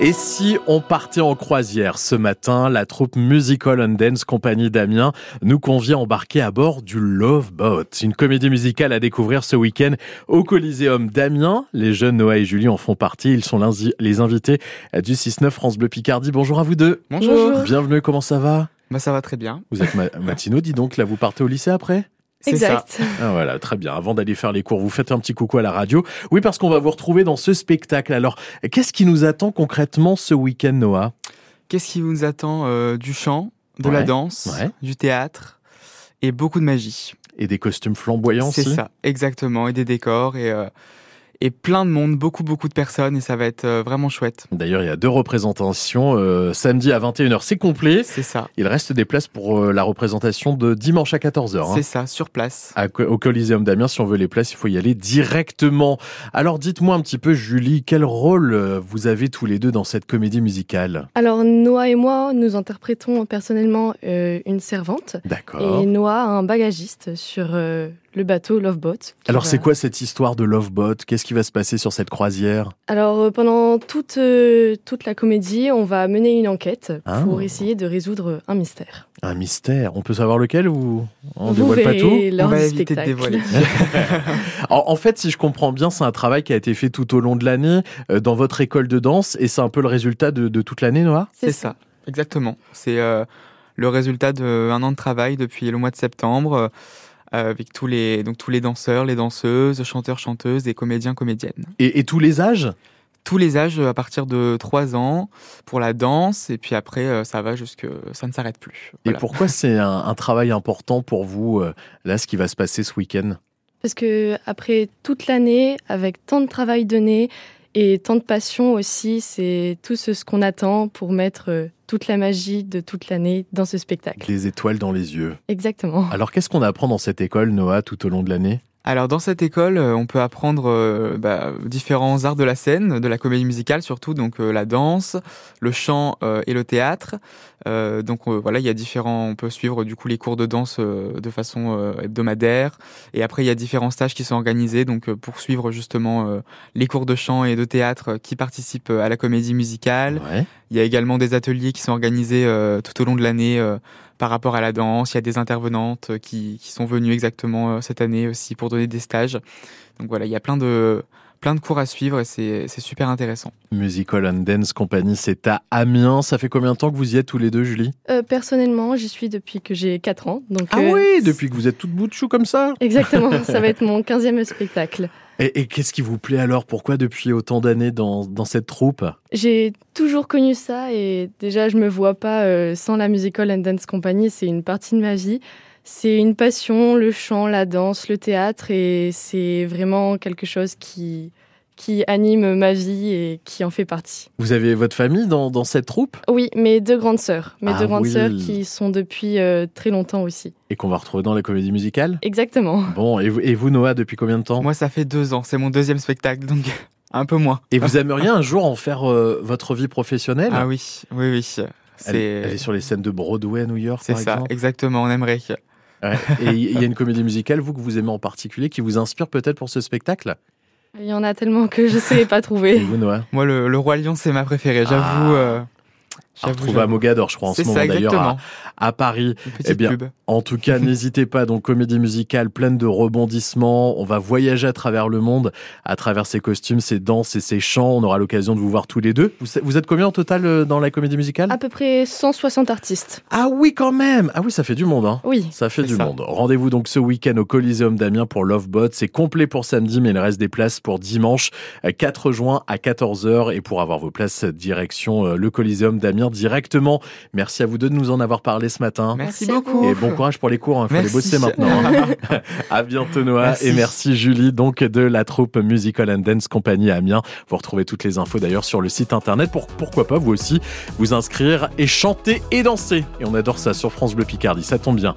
Et si on partait en croisière ce matin, la troupe Musical and Dance Compagnie d'Amiens nous convie à embarquer à bord du Love Boat, une comédie musicale à découvrir ce week-end au Coliseum d'Amiens. Les jeunes Noah et Julie en font partie. Ils sont les invités du 6-9 France Bleu Picardie. Bonjour à vous deux. Bonjour. Bienvenue, comment ça va bah, Ça va très bien. Vous êtes ma matinaux, dis donc, là vous partez au lycée après Exact. Ça. ah, voilà, très bien. Avant d'aller faire les cours, vous faites un petit coucou à la radio. Oui, parce qu'on va vous retrouver dans ce spectacle. Alors, qu'est-ce qui nous attend concrètement ce week-end, Noah Qu'est-ce qui nous attend euh, Du chant, de ouais. la danse, ouais. du théâtre et beaucoup de magie. Et des costumes flamboyants C'est ça, exactement. Et des décors et... Euh et plein de monde, beaucoup beaucoup de personnes et ça va être euh, vraiment chouette. D'ailleurs, il y a deux représentations euh, samedi à 21h, c'est complet. C'est ça. Il reste des places pour euh, la représentation de dimanche à 14h. Hein. C'est ça, sur place. À, au Coliseum d'Amiens, si on veut les places, il faut y aller directement. Alors dites-moi un petit peu Julie, quel rôle euh, vous avez tous les deux dans cette comédie musicale Alors Noah et moi, nous interprétons personnellement euh, une servante. D'accord. Et Noah un bagagiste sur euh, le bateau Lovebot. Alors, va... c'est quoi cette histoire de Lovebot Qu'est-ce qui va se passer sur cette croisière Alors, pendant toute, euh, toute la comédie, on va mener une enquête ah. pour essayer de résoudre un mystère. Un mystère On peut savoir lequel ou on Vous dévoile pas tout On va éviter de dévoiler. en, en fait, si je comprends bien, c'est un travail qui a été fait tout au long de l'année euh, dans votre école de danse et c'est un peu le résultat de, de toute l'année, Noah C'est ça. ça. exactement. C'est euh, le résultat d'un an de travail depuis le mois de septembre euh, avec tous les, donc tous les danseurs, les danseuses, chanteurs, chanteuses et comédiens, comédiennes. Et, et tous les âges tous les âges euh, à partir de 3 ans pour la danse et puis après euh, ça va jusque ça ne s'arrête plus. Voilà. Et pourquoi c'est un, un, travail important pour vous euh, là ce qui va se passer ce week-end Parce que après toute l'année avec tant de travail donné et tant de passion aussi c'est tout ce, ce qu'on attend pour mettre euh, toute la magie de toute l'année dans ce spectacle. Les étoiles dans les yeux. Exactement. Alors qu'est-ce qu'on apprend dans cette école, Noah, tout au long de l'année alors dans cette école, on peut apprendre euh, bah, différents arts de la scène, de la comédie musicale surtout, donc euh, la danse, le chant euh, et le théâtre. Euh, donc voilà, il y a différents, on peut suivre du coup les cours de danse euh, de façon hebdomadaire. Et après il y a différents stages qui sont organisés, donc euh, pour suivre justement euh, les cours de chant et de théâtre qui participent euh, à la comédie musicale. Ouais. Il y a également des ateliers qui sont organisés euh, tout au long de l'année par rapport à la danse. Il y a des intervenantes euh, qui, qui, sont venues exactement euh, cette année aussi pour donner des stages. Donc voilà, il y a plein de, plein de cours à suivre et c'est super intéressant. Musical and Dance Company, c'est à Amiens. Ça fait combien de temps que vous y êtes tous les deux, Julie euh, Personnellement, j'y suis depuis que j'ai 4 ans. Donc, ah euh, oui, depuis que vous êtes toute bout de chou comme ça Exactement, ça va être mon 15e spectacle. Et, et qu'est-ce qui vous plaît alors Pourquoi depuis autant d'années dans, dans, cette troupe J'ai toujours connu ça et déjà je me vois pas euh, sans la Musical and Dance Company, c'est une partie de ma vie. C'est une passion, le chant, la danse, le théâtre, et c'est vraiment quelque chose qui, qui anime ma vie et qui en fait partie. Vous avez votre famille dans, dans cette troupe Oui, mes deux grandes sœurs. Mes ah deux grandes oui. sœurs qui sont depuis euh, très longtemps aussi. Et qu'on va retrouver dans la comédie musicale Exactement. Bon, et vous, et vous Noah, depuis combien de temps Moi, ça fait deux ans. C'est mon deuxième spectacle, donc un peu moins. Et vous aimeriez un jour en faire euh, votre vie professionnelle Ah oui, oui, oui. Eh ben. Elle, elle, est sur les scènes de Broadway à New York, C'est ça, exemple. exactement, on aimerait. Ouais. Et il y a une comédie musicale, vous, que vous aimez en particulier, qui vous inspire peut-être pour ce spectacle Il y en a tellement que je ne sais pas trouver. Vous, Moi, le, le, Roi Lion, c'est ma préférée, j'avoue. Ah. Euh... On retrouve à Mogador, je crois, en ce moment d'ailleurs, à, Hein. à, Paris. Eh bien, pub. en tout cas, n'hésitez pas. Donc, comédie musicale pleine de rebondissements. On va voyager à travers le monde, à travers ses costumes, ses danses et ses chants. On aura l'occasion de vous voir tous les deux. Vous, êtes combien en total euh, dans la comédie musicale À peu près 160 artistes. Ah oui, quand même Ah oui, ça fait du monde. Hein. Oui. Ça fait du ça. monde. Rendez-vous donc ce week-end au Coliseum d'Amiens pour Lovebot. C'est complet pour samedi, mais il reste des places pour dimanche 4 juin à 14h. Et pour avoir vos places, euh, direction le Coliseum d'Amiens directement. Merci à vous deux de nous en avoir parlé ce matin. Merci, merci beaucoup. Et bon courage pour les cours, il hein. faut merci. les bosser maintenant. Hein. à bientôt Noah merci. et merci Julie donc de la troupe Musical and Dance Company Amiens. Vous retrouvez toutes les infos d'ailleurs sur le site internet pour pourquoi pas vous aussi vous inscrire et chanter et danser. Et on adore ça sur France Bleu Picardie, ça tombe bien.